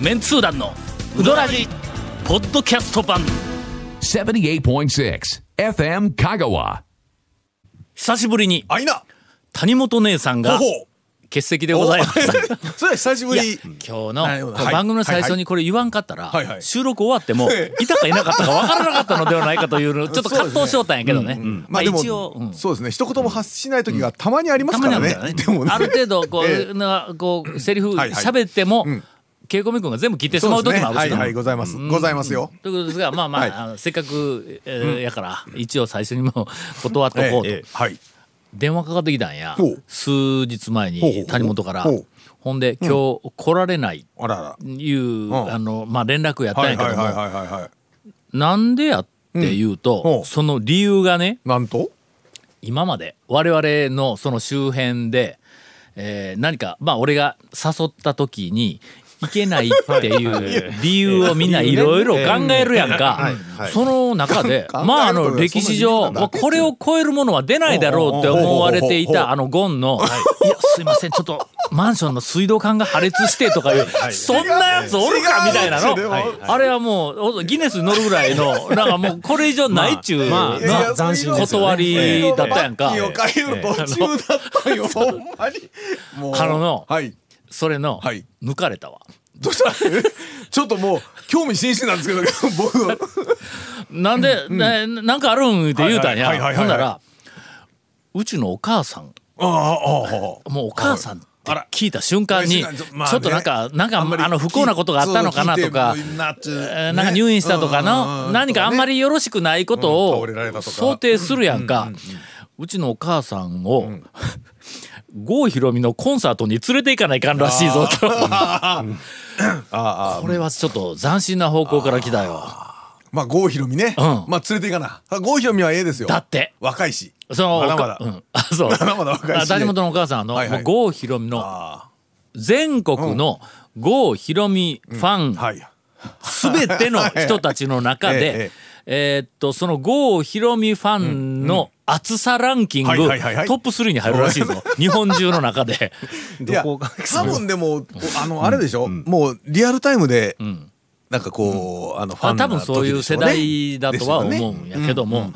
メンツー団のウドラジポッドキャスト版78.6 FM Kagawa. 久しぶりにあいな谷本姉さんほがほ欠席でございました それは 久しぶいやり今日のなるほどはい番組の最はい初はにこれ言わんかったら、はいはい収録終わ ってもいたかいなかったか分からなかったのではないかというのちょっと葛藤しようたんやけどねまあでも一応、うんそうですね一言も発しない時がたまにありますたかまにあらるねんだよね でもねある程度こう、ええなこうセリフはいはい喋っても、ケイコミ君が全部聞いてしまうそう時ですねもあるしはいなはいございますございますよということですが、まあまあ、はいあのせっかく、えーやから、一応最初にもう 断っとこうと、ええええはい電話かかってきたんやほう、数日前ほうほうほにう谷本からほう、ほんで、今日来られないあららいう、んあの、まあ連絡やったんはやいけはどいはいも、はいはいはいなんでやって言ううんと、ほうその理由がね、なんと今まで我々のその周辺で、えー何かまあ俺が誘った時に行けないっていう理由をみんないろいろ考えるやんかはいその中で考えるまああのとね歴史そ上んな理由なんだこれを超えるものは出ないだろうって思われていほうほたうほうほうあのゴンの「いやすいませんちょっとマンションの水道管が破裂して」とかいうそんなやつおるかみたいな違う違うのあれはもうおギネスに乗るぐらいのなんかもうこれ以上ないっちゅう。まあいやいや斬新ですよね断りだったやんかいやバッキーを変える途中だったよほんまにもうあののはいそれの、はい抜かれたわ。どうした ちょっともう興味津々なんですけど僕はなんで、ななんかあるんって言うたんはいはや。いはいはいはいほんなら、うちのお母さん、ああああもうお母さんってあら聞いた瞬間に、嬉しいなまあねちょっとなんか、なんか、あんまりあの、不幸なことがあったのかなとか聞い、てもいいなってえーねなんか入院したとかうんうんうんの、うん何かあんまりよろしくないことうんを倒れられたとか想定するやんか。うちのお母さんを、郷ひろみのコンサートに連れて行かないかんらしいぞと。これはちょっと斬新な方向から来たよ。まあ郷ひろみね、んまあ連れていかなあ郷ひろみはええですよだって若いしそのまだおかまだうん、あそうまだまだ若いしね谷本のお母さんあの、はいはもいう郷ひろみのあ全国の郷ひろみフあァンはいすべての人たちの中ええでええーっとその郷ひろみファンの厚さランキングはトいはいはいはいップ3に入るらしいぞ 日本中の中でいや多分でもあのあれでしょ、もうリアルタイムで、なんかこう、あのファあンな多分そういう時でしょ世ね代だとはです思ようねんやけども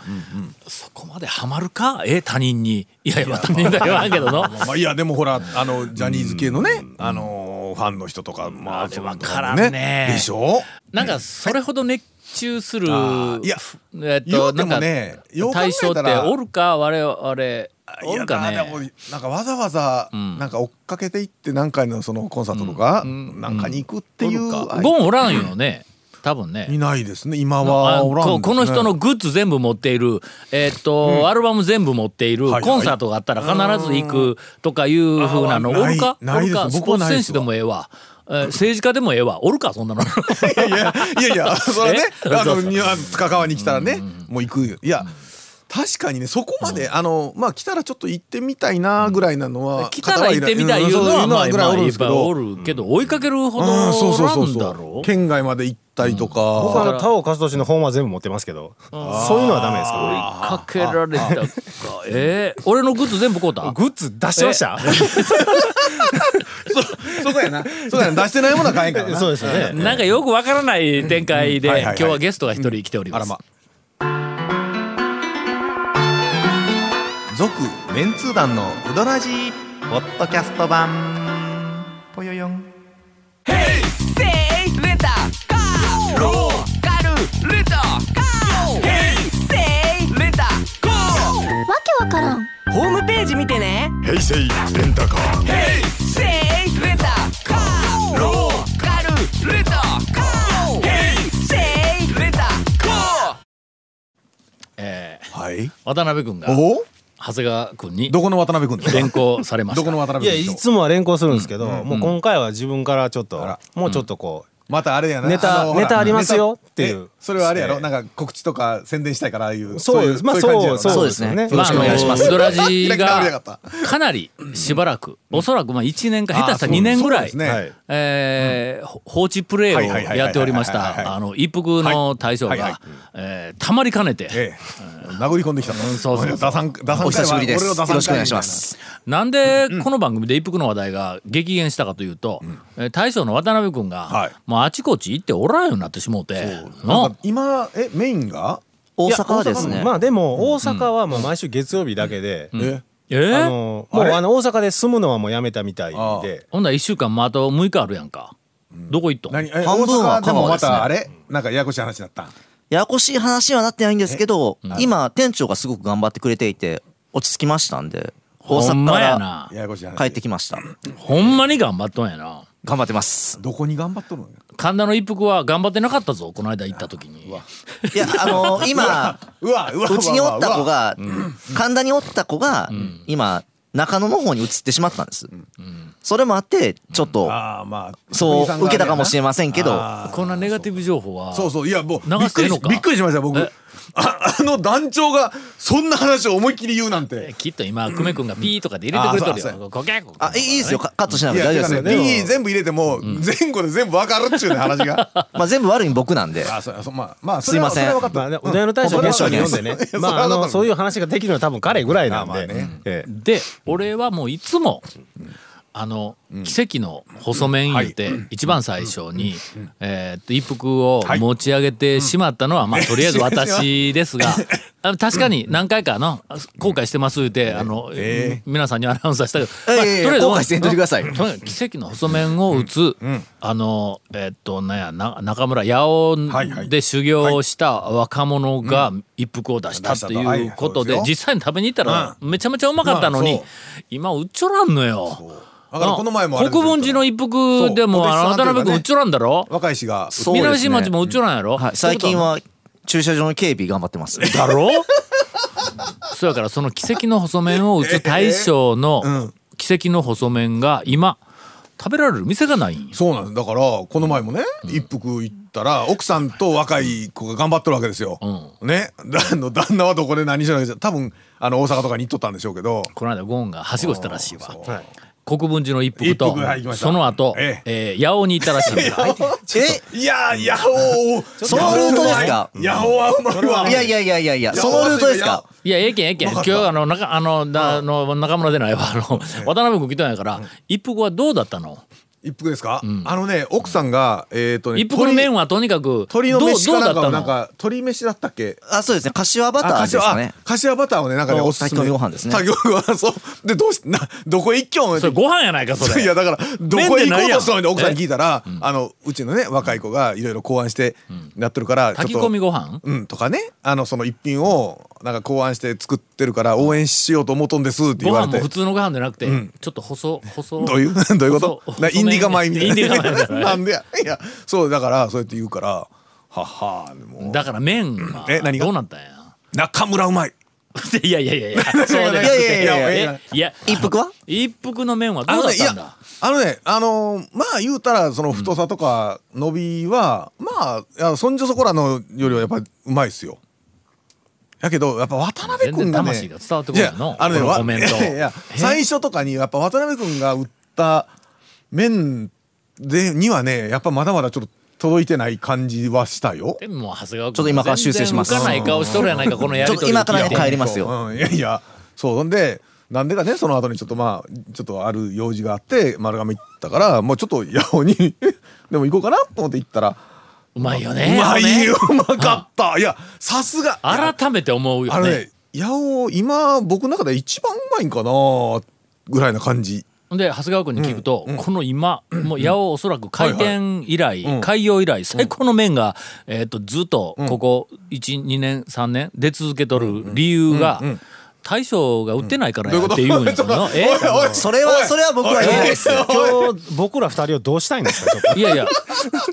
そこまでハマるかえ他人にいやいや他人だよあんけどの。まあいやでもほらあのジャニーズ系のね、あのファンの人とかまああれそういうのとわからんねでしょなんかそれほど熱中する、あーいやえっ言とうてなんかもねよう考えたら対象っておるか我々おるかいやなでもねなんかわざわざなんか追っかけていって何回のそのコンサートとか、なんかに行くっていう、あゴンおらんよね多分ねいないですね今あはおらんですねここの人のグッズ全部持っている、えっとアルバム全部持っている、はいはいコンサートがあったら必ず行くとかいうふうなのあーおるかないおないるですかス僕ポはーツないで選す手でもええわ、えー政治家でもええわおるかそんな の いやいやい やそれねえあそうのそうにあ高川に来たらねもう行くいや確かにねそこまであのまあ来たらちょっと行ってみたいなぐらいなのは来たら行ってみたいいうのは方まあはいらうんそういうのはぐらいおるんいでっすぱけいおどるけど追いかけるほどうんそうそうそおうらんだそろう県外まで行ったりと僕はあかの田尾和俊の本は全部持ってますけど、そういうのはダメですかかけられたか。 えー、俺のグッズ全部買うたら。グッズ出してました。そこやな そうやな出してないものは 買えんからなそうですよね。なんかよくわからない展開で、うんはいは今いはい日はゲストが一人来ておりあまらす。ま続メンツー団のウドラジーポッドキャスト版ぽよよんせいレンタカーローカルレンタカーヘイセイレンタカーわけわからんホームページ見てねヘイセイレンタカーヘイセイレンタカーローカルレンタカーヘイセイレンタカーえーはい渡辺君がお長谷川君にどこの渡辺君ですか連行されましどたこ。の渡い辺や君いでしょつもは連行するんですけど、もう今回は自分からちょっと、らもうちょっとこまたあれやなネタあのほらネタありますよっていうえそれはあれやろなんか告知とか宣伝したいからああいうう、そうです。まあい感じやそろなうそうですねですまよろあしあくおの願いしますウドラジ開き直りやががっかなりしばらく、おそらくまあ1年か下手したら2年ぐらい、そうですねはいえーほ放置プレイをやっておりましはいはいはいはいはいはいたあの一服の大将はいはいはがいえーたまりかねて、ええ殴り込んできたの。そうそうそうおい打算打算お久しぶりです俺よの打算ろしくお願いしますなんでこの番組で一服の話題が激減したかというと、えー大将の渡辺君が、はいもうあちこち行っておらんようになってしもうてみたいな。なんのか今えメインが大いや阪はですねまあでも大阪はもう毎週月曜日だけで、ええあーのもうあの大阪で住むのはもうやめたみたいあでほんなら1週間もあと6日あるやんか、どこ行っとん何え半分は大阪でもまたあ香れなんかややこしい話になった。ややこしい話はなってないんですけど今店長がすごく頑張ってくれていて落ち着きましたんでほ大ん阪まやかなややこしいら話。帰ってきましたほんまに頑張っとんやな頑張ってますどこに頑張っとるのよ。神田の一服は頑張ってなかったぞこの間行った時にいやあの今 うわうわうちにおった子うわうわが神田におった子が今中野の方に移ってしまったんですそれもあってちょっとああまあそう受けたかもしれまませんけどこんなネガティブ情報はそうそういやもう流していいのかびっくりしびっくりしました僕えああの団長がそんな話を思いっきり言うなんてきっと今久米君がピーとかで入れてくれとるあそうよ。こけこけあいいいいですよカカットしないくてや大丈夫ですだよからね B 全部入れても前後で全部わかるっちゅうね話が まあ全部悪いん僕なんであそうそうまあまあそれはすいませそんれは分かっまたあね、お題の大将ゲストに読んでねうんそ、う まそあ、あれは分かのったそういう話ができるのは多分彼ぐらいなんまあまあで、ねええで俺はもういつもあの奇跡の細麺言うて一番最初にえーっと一服を持ち上げてしまったのはまあとりあえず私ですがあの確かに何回かの後悔してます言うてあの皆さんにアナウンサーしたけどまあええええとりあえず後悔せんといてくださいとにかく奇跡の細麺を打つあのえーっとなんやな中村八尾で修行をした若者が一服を出したということではいそうです実よ際に食べに行ったらめちゃめちゃうまかったのにまあ今うっちょらんのよだからこの前もあれ国分寺の一服でもそうあの渡辺お君う弟子さんというかねっちょらんだろ若い氏がそうですね南新町もうっちょらんやろ、はい最近は駐車場の警備頑張って ますだろ そうやからその奇跡の細麺を打つ大将の奇跡の細麺が今食べられる店がないんよそうなんですだからこの前もね一服行ったら奥さんと若い子が頑張ってるわけですよねだあの旦那はどこで何してるわけじゃ多分あの大阪とかに行っとったんでしょうけどこの間ゴーンがはしごしたらしいわはい国分寺の一服と一服はい行きましたその後、ええー八尾に行ったらしいんだ えいやー、ヤホー。そのルートですかヤホーはうまいわ。いやいやいやいやいやそのルートですかいやええけんええけん今日あの中あのなあの中村でないわあの渡辺君来たんやから一服はどうだったの一服ですか、あのね、奥さんが、えっ、とね、一服の麺ははとにかく鶏どのう飯かなんどうかだったをなんのか、鶏飯だったっけあそうですね柏バターですあかねあ柏バターをね、なんかね、のおすすめ。炊き込みご飯ですね炊き込みご飯、そう。で、どうし、な、どこへ行きょんそれご飯やないかそれいやだからど麺こへで行なこいうやんとそういうの奥さんに聞いたら、あのうちのね若い子がいろいろ考案してやってるから、ちょっと炊き込みご飯うんとかねあのその一品をなんか考案して作ってるから応援しようと思っとんですってご言飯われても普通のご飯じゃなくて、ちょっと細細どうい うどういうこ細となインディガ米みたいな。インディガ米みたいななんでや。 いや、そうだからそうやって言うから、はっはもだから麺はえ何がどうなったんや う中村うまい。いやいやいやい やそうじゃなくていやいやいやいやいやいや一服は一服の麺はあどうだのっね、いたやんだ、あのね、あのーまあ言うたらその太さとか伸びは、まあいやそんじょそこらのよりはやっぱりうまいっすよ。やけどやっぱ渡辺君がね、全然魂が伝わってこないのいやあのねこのわコメントいやいやえ最初とかにやっぱ渡辺君が売った麺でにはね、やっぱまだまだちょっと届いてない感じはしたよ。でももう長谷川君ちょっと今から修正します全然浮かない顔しとるやないかこのやりとりちょっと今からね帰りますようん、いやいやそうほんでなんでかねその後にちょっとまあちょっとある用事があって丸亀行ったからもうちょっと八尾に でも行こうかなと思って行ったらうまいようねまいよあうまかったいやさすがのね改めて思うあよのねね八尾今僕の中で一番うまいんかなぐらいな感じで長谷川君に聞くと、この今もう八尾おそらく開店以来、開業以来最高の麺が、えー、とずっとここ12年3年出続けとる理由が、大将が売ってないからやっていうんやろな、えそれはそれは僕は言えないですよ今日僕ら二人をどうしたいんですかちょっといやいや、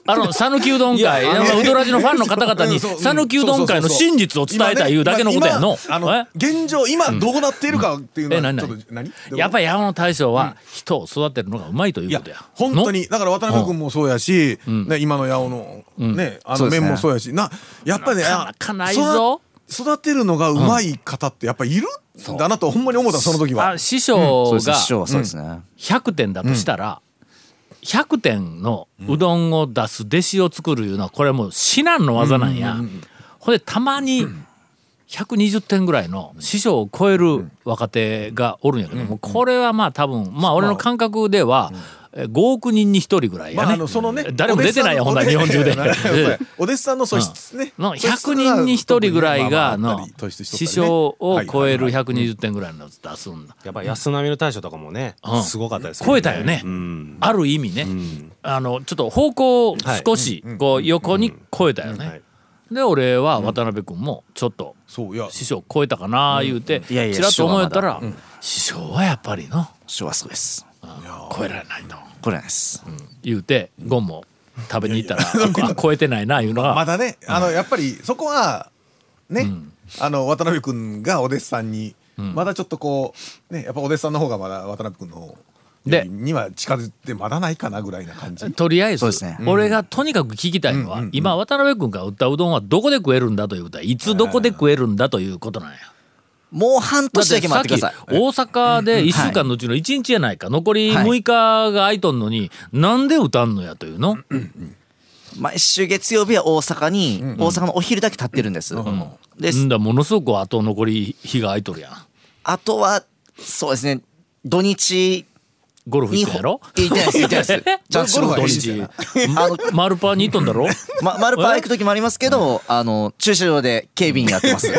あの、讃岐うどん会、あのうどらじのファンの方々に、そう讃岐うどん会の真実を伝えたいうだけのことやの。今ねまあえ今あの現状今どうなっているかっていうのえ、は何ちょっ何と何やっぱり山の大将は人を育てるのがうまいといいうやことや。本当の。にだから渡辺君もそうやし、ね、今の八尾の、ねあそのうです面ねもそうやしなやっぱりねなかなかないぞあ育育てるのがうまい方ってやっぱいるんだなとほんまに思ったその時はあ師匠そがうですね師匠はそうですね100点だとしたら、100点のうどんを出す弟子を作るいうのはこれはもう至難の技なんや、ほんでたまに120点ぐらいの師匠を超える若手がおるんやけども、これはまあ多分まあ俺の感覚では、えー5億人に1人ぐらいやね,、まあ、あのそのね誰も出てないよほんなら日本中で お弟子さんの素質ね、の100人に1人ぐらいがまあまあのあったり師匠を超えるはいはい120点ぐらいのやつ出すんだやっぱ安波の大将とかもね、うんすごかったです超えたよねうんある意味ねんあのちょっと方向を少しこう横に超えたよはねいで俺は渡辺君もちょっとそういや師匠超えたかな言うていやいやちらっと思えたら師匠はやっぱりの師匠はすごいです。超えられないとこれなんです。言うてゴンも食べに行ったらあ超えてないないうのがまだねあのやっぱりそこはね、あの渡辺君がお弟子さんに、まだちょっとこうねやっぱお弟子さんの方がまだ渡辺君の方でには近づいてまだないかなぐらいな感じ とりあえずそうですね俺がとにかく聞きたいのは、今渡辺君が売ったうどんはどこで食えるんだということはいつどこで食えるんだということなんや。もう半だ年だけ待ってくださっさきい。大阪で1週間のうちの1日やないか残りはい6日が空いとんのになんで歌んのやというの、毎週月曜日は大阪に、大阪のお昼だけ立ってるんです。で、んだものすごく後残り日が空いとるやん。あとは、そうですね、土日ゴルフに行ったやろほ、いや行ってないです、行ってないです。ちゃんと仕事ゴルはフし土日マルパーに行っとんだろ ま、マルパ行く時もありますけど、あの、駐車場で警備員やってます。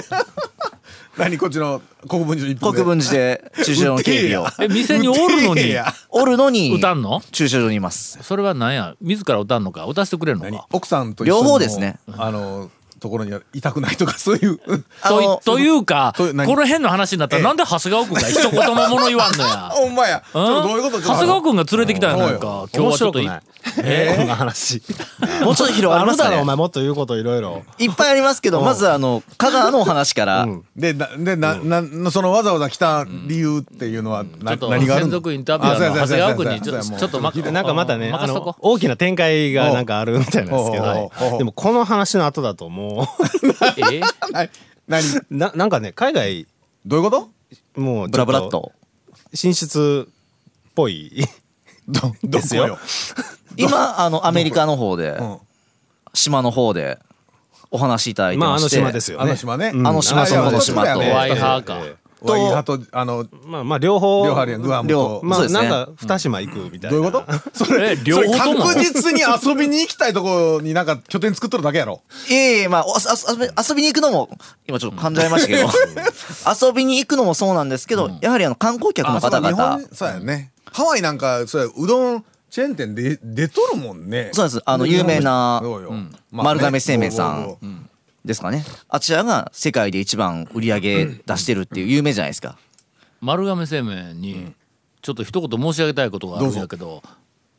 何こっちの国分寺の一本で国分寺で駐車場の警備を。え店におるのうてえにやおるのに、歌んの駐車場にいます。それは何や自ら歌んのか歌わせてくれるの何か奥さんと一緒にも両方ですねあのところにはいたくないとか そういうあといの、というかとこ何の辺の話になったらなんで長谷川君が一言も物言わんの やほんまやちょっとどういうこと長谷川君が連れてきたやないそか今日面はちょっ白とくいない。えー、この話。もうちょっと広がりあまるすだかろ、おね。前もっと言うこといろいろ。いっぱいありますけど、まずあの、香川のお話から、でなでな、なそのわざわざ来た理由っていうのはちょなっと何がある専の属インタビュアーの長谷川君にちょあそうやちょっとまで なんかまたね、あ任せとのこ、大きな展開がなんかあるみたいなんですけど、おうはおうおうおういでもこの話の後だとも えはい何う、 ななんかね、海外、どういうこともう、ブラブラっ。と。進出っぽい。どどですこよよ今、あの、アメリカの方で、ん島島の方で、お話いただいてまあ、あまのして、島ですよね。あの島ねうんあの島とこの島とあいやワイハーかえワイハとあのえまあまあ、両方。両ハリアングアムと両まそうあ、ですねなんか、二島行くみたいな。どういうこと そえれ両方ともそれ確実に遊びに行きたいとこになんか拠点作っとるだけやろいえいえ、まあ、おあすあす遊び遊びに行くのも、今ちょっと噛んじゃいましたけ ど、遊びに行くのもそうなんですけど、やはりあの、観光客のあそう方日々本、そうやねハワイなんかそうやうどんチェーン店で出とるもんねそうですあの有名なそうよまあね丸亀製麺さそうそうそうんですかね。あちらが世界で一番売り上げ出してるっていう有名じゃないですか。丸亀製麺にちょっと一言申し上げたいことがあるんだけど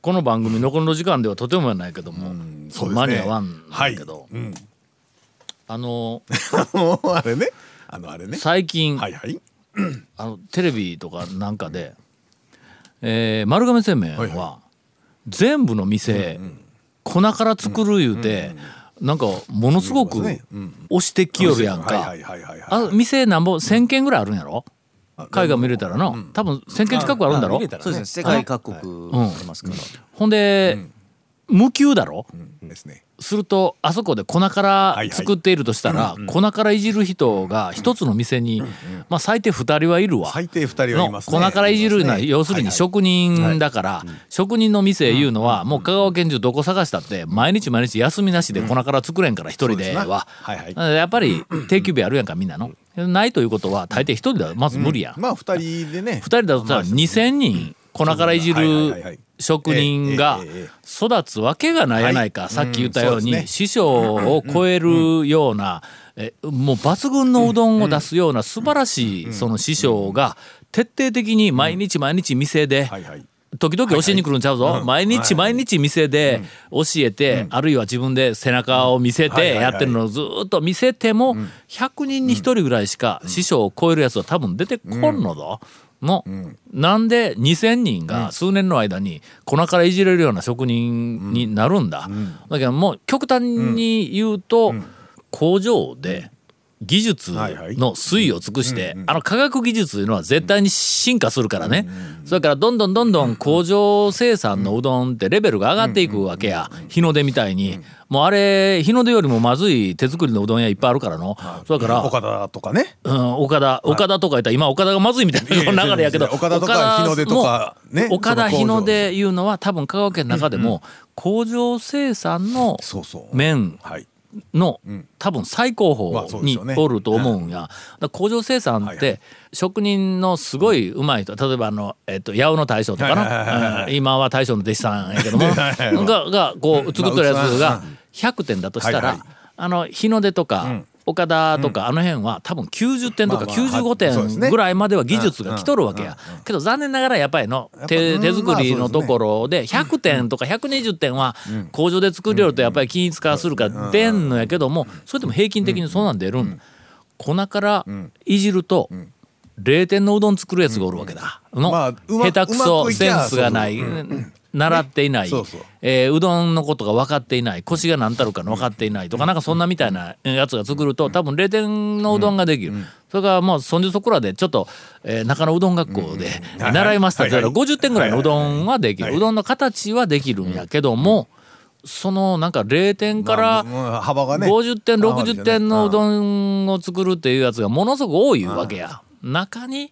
この番組残りの時間ではとてもやないけども、そうですね間に合わんだけど、うんあのもうあれねあのあれね最近、はいはいあのテレビとかなんかで、えー丸亀製麺はいは全部の店、粉から作るいうて、なんかものすごく言いますねう押してきよるやんか。はいはいはいはいはいあ店なんぼ1,000軒ぐらいあるんやろ海外見れたらな、多分1,000軒近くあるんだろあ見れたらそうですね、世界各国うんありますから。ほんで、無給だろですねするとあそこで粉からいはい作っているとしたら、粉からいじる人が一つの店に、まあ最低2人はいるわ。最低二人はいのます粉ねからいじるのはね要するに職人だから職人の店いうのはもう香川県中どこ探したって毎日毎日休みなしで粉から作れんから一人でははいはいやっぱり定休日あるやんかみんなのないということは大抵一人ではまず無理やんまあ二人でね2人だとさ2,000人粉からいじる職人が育つわけがないやないかさっき言ったよううんそうですにね師匠を超えるようなえもう抜群のうどんを出すような素晴らしいその師匠が徹底的に毎日毎日店ではいはい時々教えに来るんちゃうぞ毎日毎日店で教えてあるいは自分で背中を見せはいはていはいやってるのをずーっと見せても100人に1人ぐらいしか師匠を超えるやつは多分出てこんのぞ。のなんで2,000人が数年の間に粉からいじれるような職人になるんだ。だけどもう極端に言うと工場で技術の推を尽くして、あの科学技術というのは絶対に進化するからね、それからどんどんどんどん工場生産のうどんってレベルが上がっていくわけや、日の出みたいに、もうあれ日の出よりもまずい手作りのうどん屋いっぱいあるからの、それから岡田とかねうん、岡田、岡田とか言ったら今岡田がまずいみたいな流れやけどいやいやいや岡田とか日の出とかもね岡田その工場日の出いうのは多分香川県の中でも工場生産のそうそう麺はいの多分最高まあ峰そうでにしょうねおると思うんや、だから工場生産っはいはて職人のすごいうまい人例えばあの、えっと八尾の大将とかはいはいはいなうん今は大将の弟子さんやけどもががこう作ってるやつまあが100点だとしたら、はいはいあの日の出とか、岡田とか、あの辺は多分90点とかまあまあ95そうです点ねぐらいまでは技術が来とるわけや、けど残念ながらやっぱりの手うん手作りまのあそうですとねころで100点とか120点は工場で作りよるとやっぱり均一化するから出んのやけどもそれでも平均的にそうなん出るん粉からいじると0点のうどん作るやつがおるわけだのまあうま下手くうまそくいセきゃンスがない習っていないそうそうえーうどんのことが分かっていない腰が何たるかの分かっていないとかなんかそんなみたいなやつが作ると多分0点のうどんができる、それからまあそんじょそこらでちょっと、えー中野うどん学校で習いましたって言ったら50点ぐらいのうどんはできるうどんの形はできるんやけどもそのなんか0点からまあ幅がね50点幅がね60点のうどんを作るっていうやつがものすごく多いわけや中に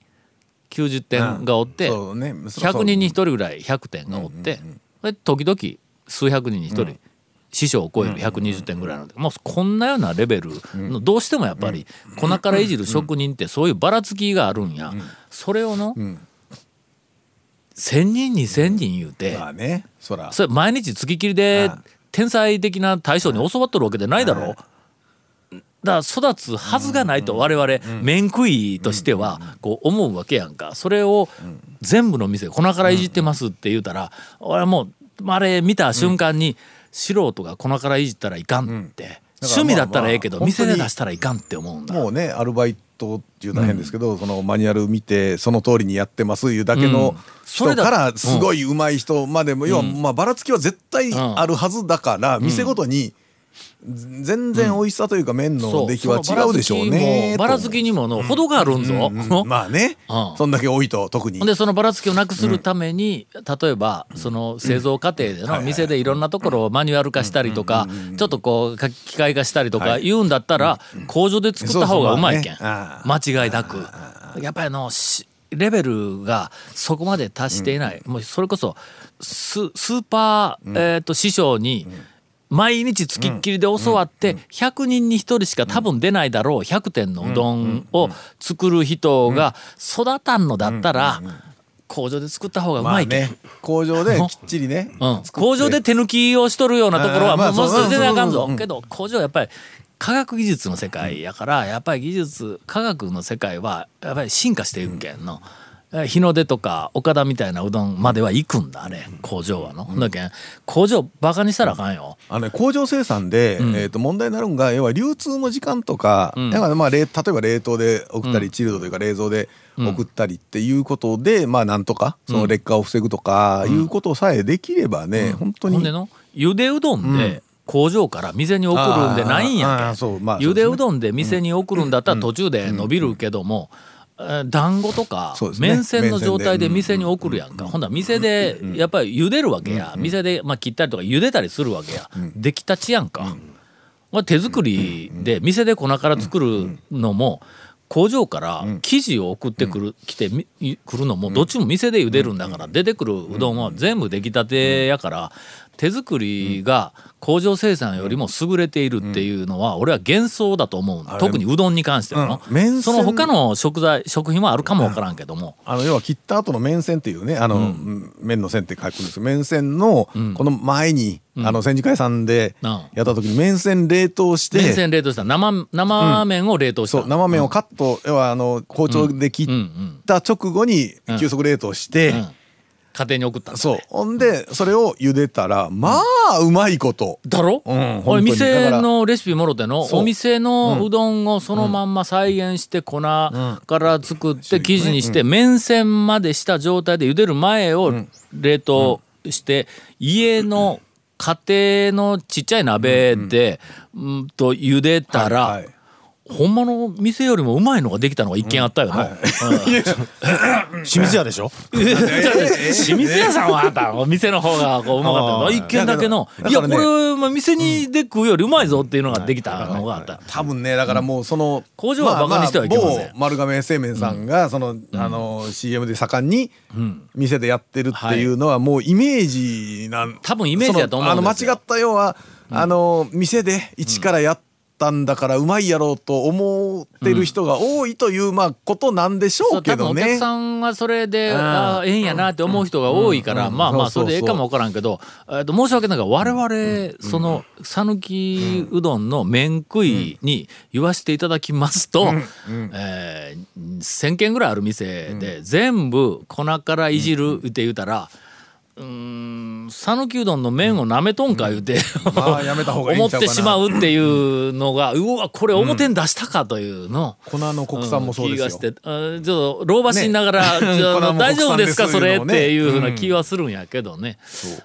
90点がおって、そうね100人に1人ぐらい100点がおって、で時々数百人に1人、師匠を超える120点ぐらいなので、もうこんなようなレベルのどうしてもやっぱり粉からいじる職人ってそういうばらつきがあるんや、それをの、1,000人2,000人言うて、まあねそらそれ毎日月切りで天才的な大将に教わっとるわけじゃないだろう。だから育つはずがないと我々面食いとしてはこう思うわけやんかそれを全部の店粉からいじってますって言うたら俺はもうあれ見た瞬間に素人が粉からいじったらいかんってだからまあ趣味だったらええけどまあ店で出したらいかんって思うんだもうねアルバイトっていうのは変ですけど、そのマニュアル見てその通りにやってますいうだけのそれだ人からすごい上手い人までも、要はまあばらつきは絶対あるはずだから、店ごとに全然美味しさというか麺の出来は違うでしょうね。バラつきにもの程があるんぞ、とまあね、うんそんだけ多いと特に。でそのばらつきをなくするために、例えばその製造過程での店でいろんなところをマニュアル化したりとか、ちょっとこうか機械化したりとか言うんだったら、工場で作った方がうまいけん、そうそうまあね間違いなく。やっぱりあのしレベルがそこまで達していない、もうそれこそススーパー、えー、と師匠に、毎日つきっきりで教わって100人に1人しか多分出ないだろう100点のうどんを作る人が育たんのだったら工場で作った方がうままあいけねん。工場できっちりね、うん、工場で手抜きをしとるようなところはあーまもうもあうそう全然あかんそうそうそうぞうんけど工場はやっぱり科学技術の世界やからやっぱり技術科学の世界はやっぱり進化していくけんの。え日の出とか岡田みたいなうどんまでは行くんだあれ工場はの。だけん工場バカにしたらあかんよ。あのね工場生産で、えー、と問題になるのが要は流通の時間とか,、だからまあ冷例えば冷凍で送ったり、チルドというか冷蔵で送ったりっていうことで、まあなんとかその劣化を防ぐとかいうことさえできればね、本当ほんでにのゆでうどんで工場から店に送るんでないんあーあやーけ、そうんまあゆでうそうどんで店に送るんだったら途中で伸びるけども、えー団子とかそうですね麺線の麺線で状態で店に送るやんか、ほんだら店でやっぱり茹でるわけや、店で、まあ、切ったりとか茹でたりするわけや、出来たちやんか、まあ、手作りで店で粉から作るのも工場から生地を送ってくる、来てみ来るのもどっちも店で茹でるんだから出てくるうどんは全部出来たてやから手作りが工場生産よりも優れているっていうのは俺は幻想だと思うの特にうどんに関してはうん麺のそ線の他の食材食品はあるかもわからんけどもあの要は切った後の面線っていうねあの、面の線って書くんですけど面線のこの前に、あの戦時会さんでうんやった時に面線冷凍して。麺線冷凍した生生麺を冷凍した、そう生麺をカット、要はあの包丁で切った直後に急速冷凍して、うん家庭に送ったんだそう。ほんで、それを茹でたら、まあ、うまいこと。だろ、うん俺本当にだか店らのレシピもろてのそうお店のうどんをそのまんま再現して粉から作って生地にして麺線までした状態で茹でる前を冷凍して家の家庭のちっちゃい鍋でうんと茹でたらはいほんまの店よりもうまいのができたのが一軒あったよな、清水屋でしょ 清水屋さんはあんたお店の方がこううまかったあけど一軒だけのだいやからこねれお前店にで食うよりうまいぞっていうのができたのがあった多分ねだからもうその、工場はバカにしてはいけませんああ某丸亀製麺さんがその、あの CM で盛んに店でやってるっていうのはもうイメージなん多分イメージやと思うんそのであすのよ間違った要は、あの店で一からやったんだからうまいやろうと思ってる人が多いというまあことなんでしょそううけ多分どおね。客さんはそれであーええんやなって思う人が多いからまあまあそそうそうそうれでええかもわからんけどえっと申し訳ないが我々その讃岐うどんの麺食いに言わせていただきますとえー1,000軒ぐらいある店で全部粉からいじるって言うたら。讃岐うどんの麺をなめとんか言うて、まあやめた方がい い思んっちゃうかなてしまうっていうのが、うわこれ表に出したかというの、粉の国産もそうですよん気がしてうんちょっと老婆しながら、ねちょっとうん大丈夫ですか こそれれっはもう国産てですいうふうな気はするんやけどね、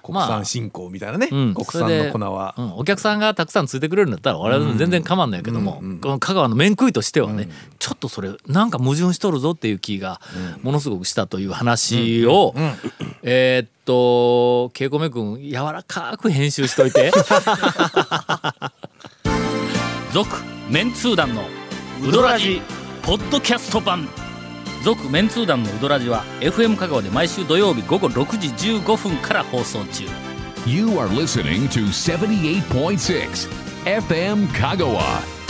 国産振興みたいなね、うん国それ産での粉はう。んお客さんがたくさんついてくれるんだったら我々も全然構わんないけども、この香川の麺食いとしてはね、ちょっとそれなんか矛盾しとるぞっていう気がものすごくしたという話を、えーっとけいこめくん柔らかく編集しとい て「続・メンツー団のウドラジポッドキャスト版」「続・メンツー団のウドラジは FM 香川で毎週土曜日午後6時15分から放送中。 You are listening to 78.6 FM Kagawa.